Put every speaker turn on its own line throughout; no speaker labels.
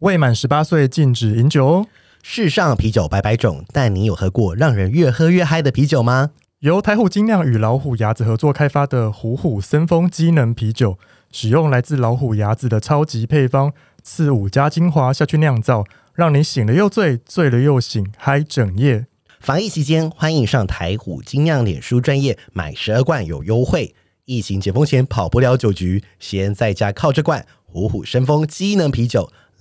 未满十八岁禁止饮酒哦。
世上啤酒百百种，但你有喝过让人越喝越嗨的啤酒吗？
由台虎精酿与老虎牙子合作开发的虎虎森风机能啤酒，使用来自老虎牙子的超级配方刺五加精华下去酿造，让你醒了又醉，醉了又醒，嗨整夜。
防疫期间，欢迎上台虎精酿脸书专业买十二罐有优惠。疫情解封前跑不了酒局，先在家靠这罐虎虎生风机能啤酒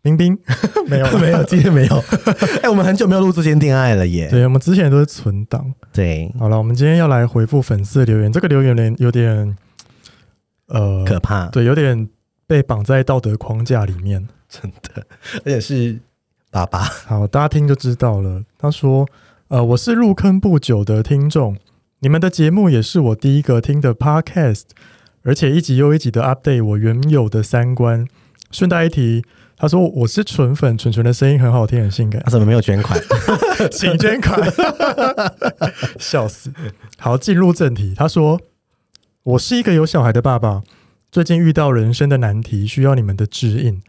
冰冰 没有
没有，今天没有。哎、我们很久没有录之间恋爱了耶。
对，我们之前都是存档。
对，
好了，我们今天要来回复粉丝的留言。这个留言呢有点，呃，
可怕，
对，有点被绑在道德框架里面。
而且是爸爸。
好，大家听就知道了。他说：“呃，我是入坑不久的听众，你们的节目也是我第一个听的 podcast，而且一集又一集的 update 我原有的三观。顺带一提，他说我是纯粉，纯纯的声音很好听，很性感
他，怎么没有捐款？
请捐款，笑死。好，进入正题。他说：我是一个有小孩的爸爸，最近遇到人生的难题，需要你们的指引。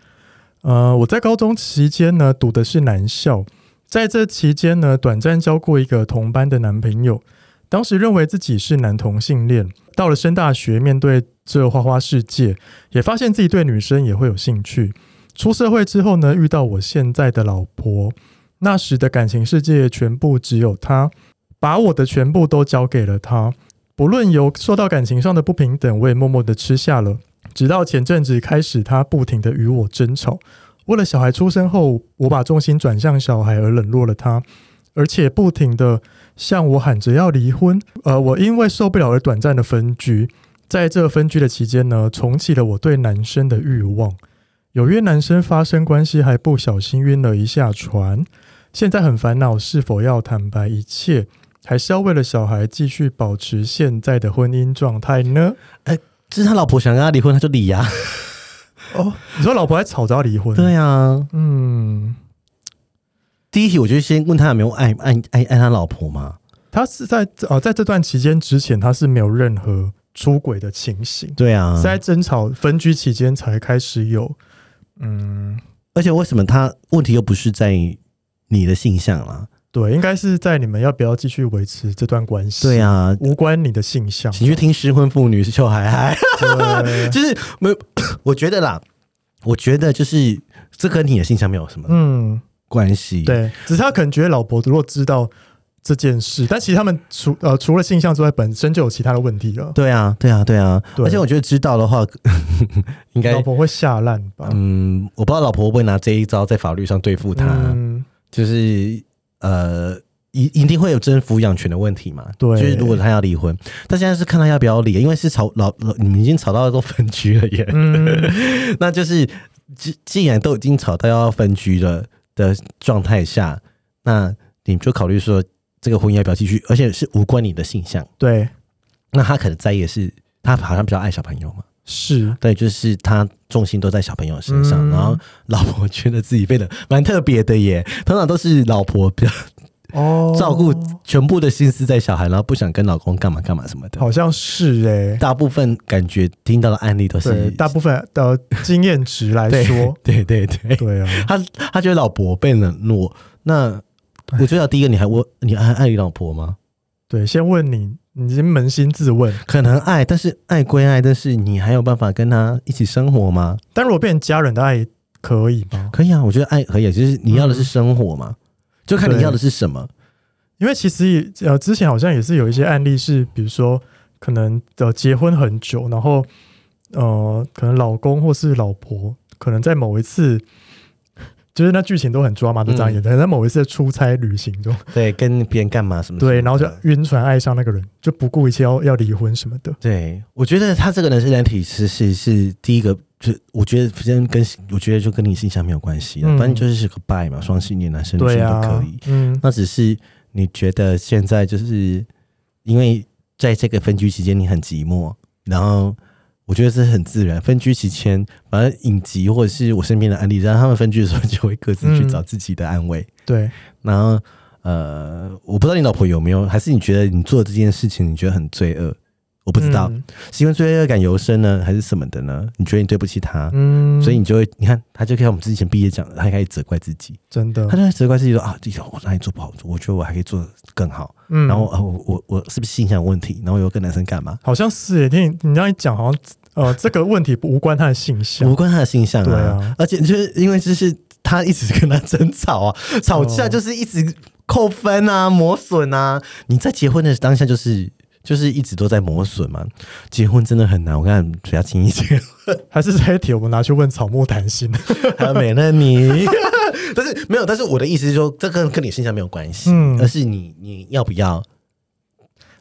呃，我在高中期间呢，读的是男校，在这期间呢，短暂交过一个同班的男朋友，当时认为自己是男同性恋。到了升大学，面对这花花世界，也发现自己对女生也会有兴趣。出社会之后呢，遇到我现在的老婆，那时的感情世界全部只有她，把我的全部都交给了她。不论有受到感情上的不平等，我也默默的吃下了。直到前阵子开始，她不停的与我争吵，为了小孩出生后，我把重心转向小孩而冷落了他，而且不停的向我喊着要离婚。呃，我因为受不了而短暂的分居，在这分居的期间呢，重启了我对男生的欲望。有约男生发生关系，还不小心晕了一下船。现在很烦恼，是否要坦白一切，还是要为了小孩继续保持现在的婚姻状态呢？
就是他老婆想跟他离婚，他就离呀、
哦，你说老婆还吵着要离婚？
对、啊，
嗯，
第一题我就先问他有没有爱爱爱爱他老婆嘛？
他是在呃，在这段期间之前，他是没有任何出轨的情形，
对啊
是，在争吵分居期间才开始有。嗯，
而且为什么他问题又不是在你的性向啦？
对，应该是在你们要不要继续维持这段关系，
对，啊，
无关你的性向。
请去听失婚妇女秀海海，
对
就是没有，我觉得啦，我觉得就是这跟你的性向没有什么
嗯，
关系，，
对，只是他可能觉得老婆如果知道这件事，但其实他们除呃除了性向之外，本身就有其他的问题了，
对啊，对啊，对啊，
对
而且我觉得知道的话，
老
应该。
婆会吓烂吧？
嗯，我不知道老婆会不会拿这一招在法律上对付他，
嗯
就是呃，一一定会有争抚养权的问题嘛。
对
就是如果他要离婚，但现在是看他要不要离，因为是吵老老你们已经吵到都分居了 耶。
嗯，
那就是既既然都已经吵到要分居了的状态下，那你就考虑说这个婚姻要不要继续，而且是无关你的性向。
对，
那他可能在意的是，他好像比较爱小朋友嘛，
是，
对，就是他重心都在小朋友身上，
嗯
然后老婆觉得自己变得蛮特别的耶，通常都是老婆比较
哦，
照顾全部的心思在小孩，然后不想跟老公干嘛干嘛什么的。
好像是哎、
大部分感觉听到的案例都
对
是，，
大部分的经验值来说
对对对，
对啊，
他他觉得老婆被冷落，那我觉得第一个你还问你还爱你老婆吗？
对，先问你，你先扪心自问，
可能爱，但是爱归爱，但是你还有办法跟他一起生活吗？
但如果变成家人的爱，可以吗？
可以啊，我觉得爱可以，就是你要的是生活嘛，就看你要的是什么。
因为其实也呃，之前好像也是有一些案例是，比如说可能呃结婚很久，然后呃可能老公或是老婆，可能在某一次。就是那剧情都很抓马，都这样演的。可能在某一次的出差旅行中，
对，跟别人干嘛什么什么
对，
的
然后就晕船爱上那个人，就不顾一切要要离婚什么的。
对，我觉得他这个人是人体其实是第一个就我觉得跟跟我觉得就跟你性向没有关系了，
嗯
反正就是个 bi 嘛，双性恋男生女
对
生
啊，
都可以。
嗯，
那只是你觉得现在就是因为在这个分居期间你很寂寞，然后我觉得这很自然。分居期间，反正影集或者是我身边的案例，让他们分居的时候就会各自去
嗯
找自己的安慰。
对，
然后呃，我不知道你老婆有没有，还是你觉得你做这件事情你觉得很罪恶？我不知道、
嗯
是因为罪恶感由深呢，还是什么的呢？你觉得你对不起他，
嗯，
所以你就会你看他就像我们之前毕业讲的，他开始责怪自己，
真的
他，就在责怪自己说啊，这个我哪里做不好，我觉得我还可以做得更好。
嗯，
然后啊，我我我是不是性向有问题？然后我又跟男生干嘛？
好像是耶，听你你这样一讲，好像呃这个问题不无关他的性
无
向，
关他的性向
对
啊，
啊
而且就是因为就是他一直跟他争吵啊，吵架就是一直扣分啊、磨损啊。你在结婚的当下就是就是一直都在磨损嘛，结婚真的很难。我看不要轻易结婚，
还是这一题我们拿去问草木谈心。
还有美乐你。 但是没有，但是我的意思是说，这跟跟你性向没有关系，
嗯
而是你你要不要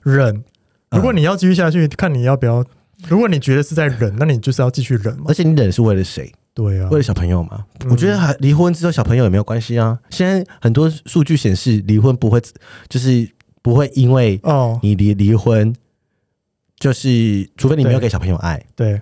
忍。如果你要继续下去，看你要不要。如果你觉得是在忍，那你就是要继续忍嘛
而。且你忍是为了谁？
对啊
为，了小朋友嘛？
嗯
我觉得还离婚之后小朋友也没有关系啊。现在很多数据显示，离婚不会就是不会因为
哦，
你离离婚，就是除非你没有
对
给小朋友爱。
对，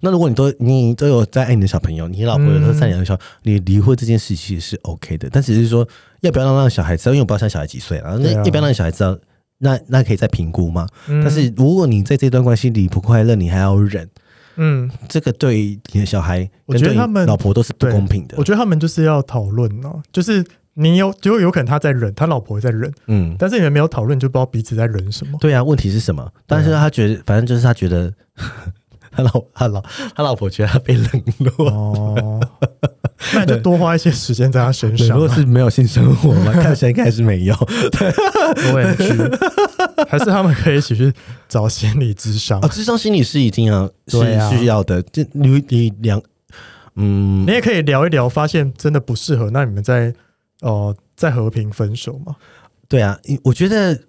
那如果你都你都有在爱你的小朋友，你老婆有
嗯
都善良的小，你离婚这件事其实是 OK 的，但只是说要不要让让小孩知道，因为我不知道现在小孩几岁了，那
对啊
要不要让小孩知道？那那可以再评估嘛？
嗯
但是如果你在这段关系里不快乐，你还要忍，
嗯，
这个对你的小孩
我
跟
觉得
对
他们
你老婆都是不
对
公平的
我。觉得他们就是要讨论哦，就是你有就有可能他在忍，他老婆也在忍，
嗯，
但是你们没有讨论，就不知道彼此在忍什么。
对啊，问题是什么？但是他觉得，反正就是他觉得他老 他老他老婆觉得他被冷 落，
哦，那你就多花一些时间在他身
对
上
如果
啊。
是没有性生活嘛， 看起来应该还是没有。
O M G，还是他们可以一起去找心理咨商
啊，。智商心理是一定要
对
是
啊
需要的。这你你两嗯
你也可以聊一聊，发现真的不适合，那你们再哦再和平分手嘛。
对啊，因我觉得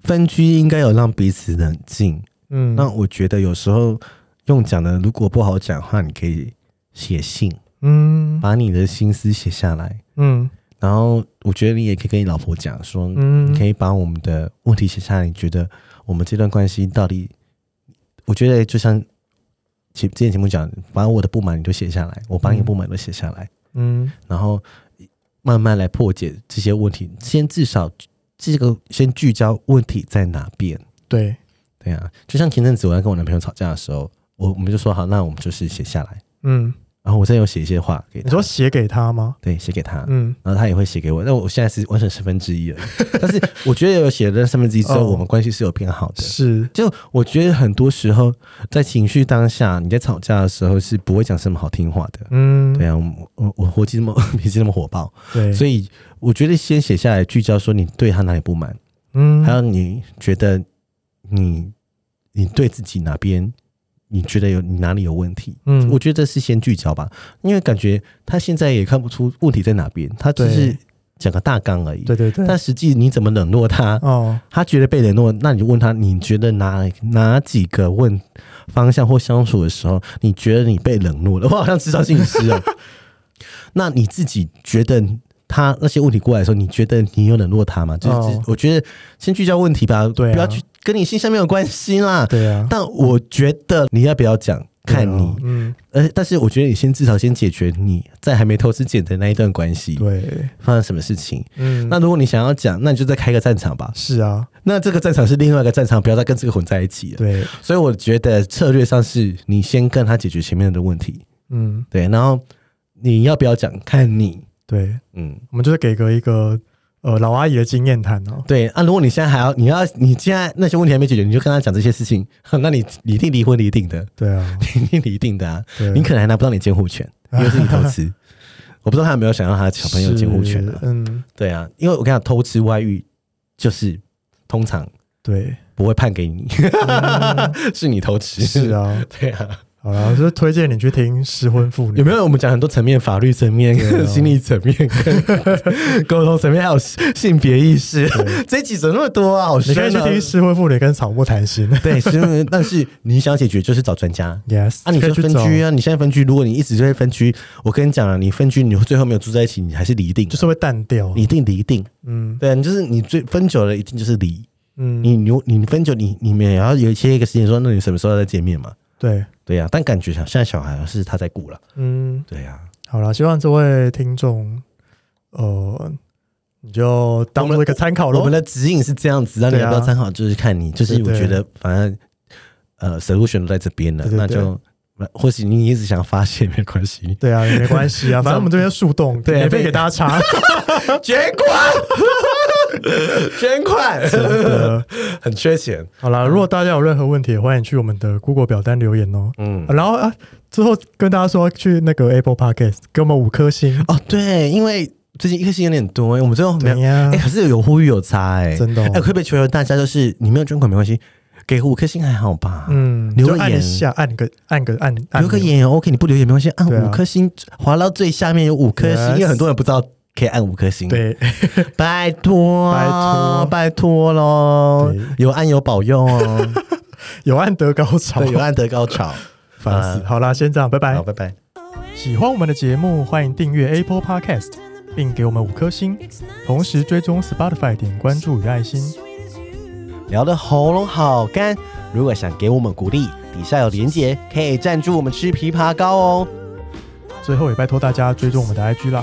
分居应该有让彼此冷静。
嗯，
那我觉得有时候用讲的，如果不好讲的话，你可以写信，
嗯
把你的心思写下来。
嗯
然后我觉得你也可以跟你老婆讲说，
嗯，
你可以把我们的问题写下来，你觉得我们这段关系到底？我觉得就像前之前节目讲，把我的不满你都写下来，我把你的
嗯
不满都写下来，
嗯
然后慢慢来破解这些问题。先至少这个先聚焦问题在哪边，
对，
对啊。就像前阵子我在跟我男朋友吵架的时候，我我们就说好，那我们就是写下来，
嗯，
然后我再有写一些话给
你
他，啊
说写给他吗？
对，写给他，
嗯
然后他也会写给我，但我现在是完成三分之一了。但是我觉得有写了三分之一之后，
哦
我们关系是有变好的。
是，
就我觉得很多时候在情绪当下，你在吵架的时候是不会讲什么好听话的。
嗯
对啊，我我我火气那么脾气那么火爆，
对，
所以我觉得先写下来聚焦，说你对他哪里不满，
嗯
还有你觉得你你对自己哪边你觉得有你哪里有问题，
嗯
我觉得是先聚焦吧，因为感觉他现在也看不出问题在哪边，他只
对
是讲个大纲而已。
对对对，
但实际你怎么冷落他？
哦
他觉得被冷落，那你就问他，你觉得哪哪几个问方向或相处的时候，你觉得你被冷落了？我好像知道心理师 哦。那你自己觉得他那些问题过来的时候，你觉得你有冷落他吗？就是、
哦
我觉得先聚焦问题吧，
对啊
不要去跟你性向没有关系啦。
对啊，
但我觉得你要不要讲，看
对啊
你。
嗯
呃，但是我觉得你先至少先解决你在还没偷吃捡的那一段关系
对，
发生什么事情。
嗯
那如果你想要讲，那你就再开个战场吧。
是啊，
那这个战场是另外一个战场，不要再跟这个混在一起了。
对，
所以我觉得策略上是你先跟他解决前面的问题，
嗯
对，然后你要不要讲，看你，
对，
嗯，
我们就是给个一个呃老阿姨的经验谈哦。
对啊。如果你现在还要，你要你现在那些问题还没解决，你就跟他讲这些事情， 那你你一定离婚，你一定的，
对啊，
你一定离定的啊。
对
你可能还拿不到你监护权，因为是你偷吃。 我不知道他有没有想让他的小朋友监护权
是
啊？
嗯，
对啊，因为我跟你讲，偷吃外遇就是通常
对，
不会判给你，是你偷吃。
嗯是，啊，
对啊，
好了，就是推荐你去听《失婚妇女》。
有没有我们讲很多层面，法律层面、
啊
跟心理层面、 跟沟通层面，还有性性别意识？ 这几怎么那么多啊？好
你可以
深
去
啊
听《失婚妇女》跟《草木谈心》。
对，是因为但是你想解决就是找专家。
Yes，
啊，你
可以去
现在分
找
居啊，你现在分居，如果你一直就在分居，我跟你讲啊了、你分居，你最后没有住在一起，你还是离定啊，
就是会淡掉。
你一定离定。
嗯
对啊，你就是你最分久了，一定就是离。
嗯，
你你你分久，你你们也要有一些一个时间说，那你什么时候再见面嘛？
对，
对呀、啊，但感觉像现在小孩是他在顾了。
嗯，
对啊呀、
好了，希望这位听众，呃，你就当做一个参考
我
喽
们。的指引是这样子，让你
对啊
要不要参考，就是看你，就是
对
我
对
觉得反正呃，solution 都在这边了，
对对
那就或许你一直想发泄没关 系，
对啊，也没关 系啊，反正我们这边树洞
对啊
免费
被
给大家查。
捐款，捐款，
真的
很缺钱，
好啦，如果大家有任何问题，也欢迎去我们的 Google 表单留言哦。
嗯
啊。然后啊，之后跟大家说去那个 Apple Podcast 给我们五颗星，
哦，对，因为最近一颗星有点多，我们最后没有
对，呀
哎、可是有呼吁有差、哎，
真的哦
哎、可不可以求求大家，就是你没有捐款没关系，给五颗星还好吧，
嗯，
留个
就按一
言
下，按个按个按，按
留个
钮，
言也 OK，你不留言没关系，按
对啊
五颗星，滑到最下面有五颗星，
Yes
因为很多人不知道可以按五颗星，，
对，
拜托，啊
拜托
拜托喽
对，
有按有保佑 哦，
有按得高潮，
对，有按得高潮，
烦死。好啦，先这样，拜拜
好，。拜拜。
喜欢我们的节目，欢迎订阅 Apple Podcast，并给我们五颗星，同时追踪 Spotify 点关注与爱心。
聊的喉咙好干，如果想给我们鼓励，底下有连结，可以赞助我们吃枇杷膏哦。
最后也拜托大家追踪我们的 IG 啦，